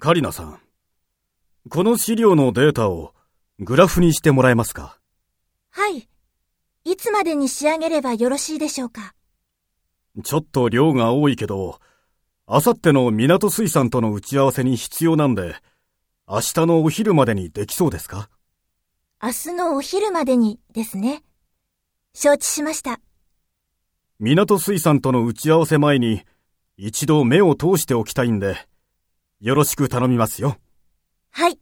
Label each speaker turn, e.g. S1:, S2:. S1: カリナさん。この資料のデータをグラフにしてもらえますか
S2: はい。いつまでに仕上げればよろしいでしょうか。
S1: ちょっと量が多いけど、あさっての港水産との打ち合わせに必要なんで、明日のお昼までにできそうですか
S2: 明日のお昼までにですね。承知しました。
S1: 港水産との打ち合わせ前に一度目を通しておきたいんで、よろしく頼みますよ。
S2: はい。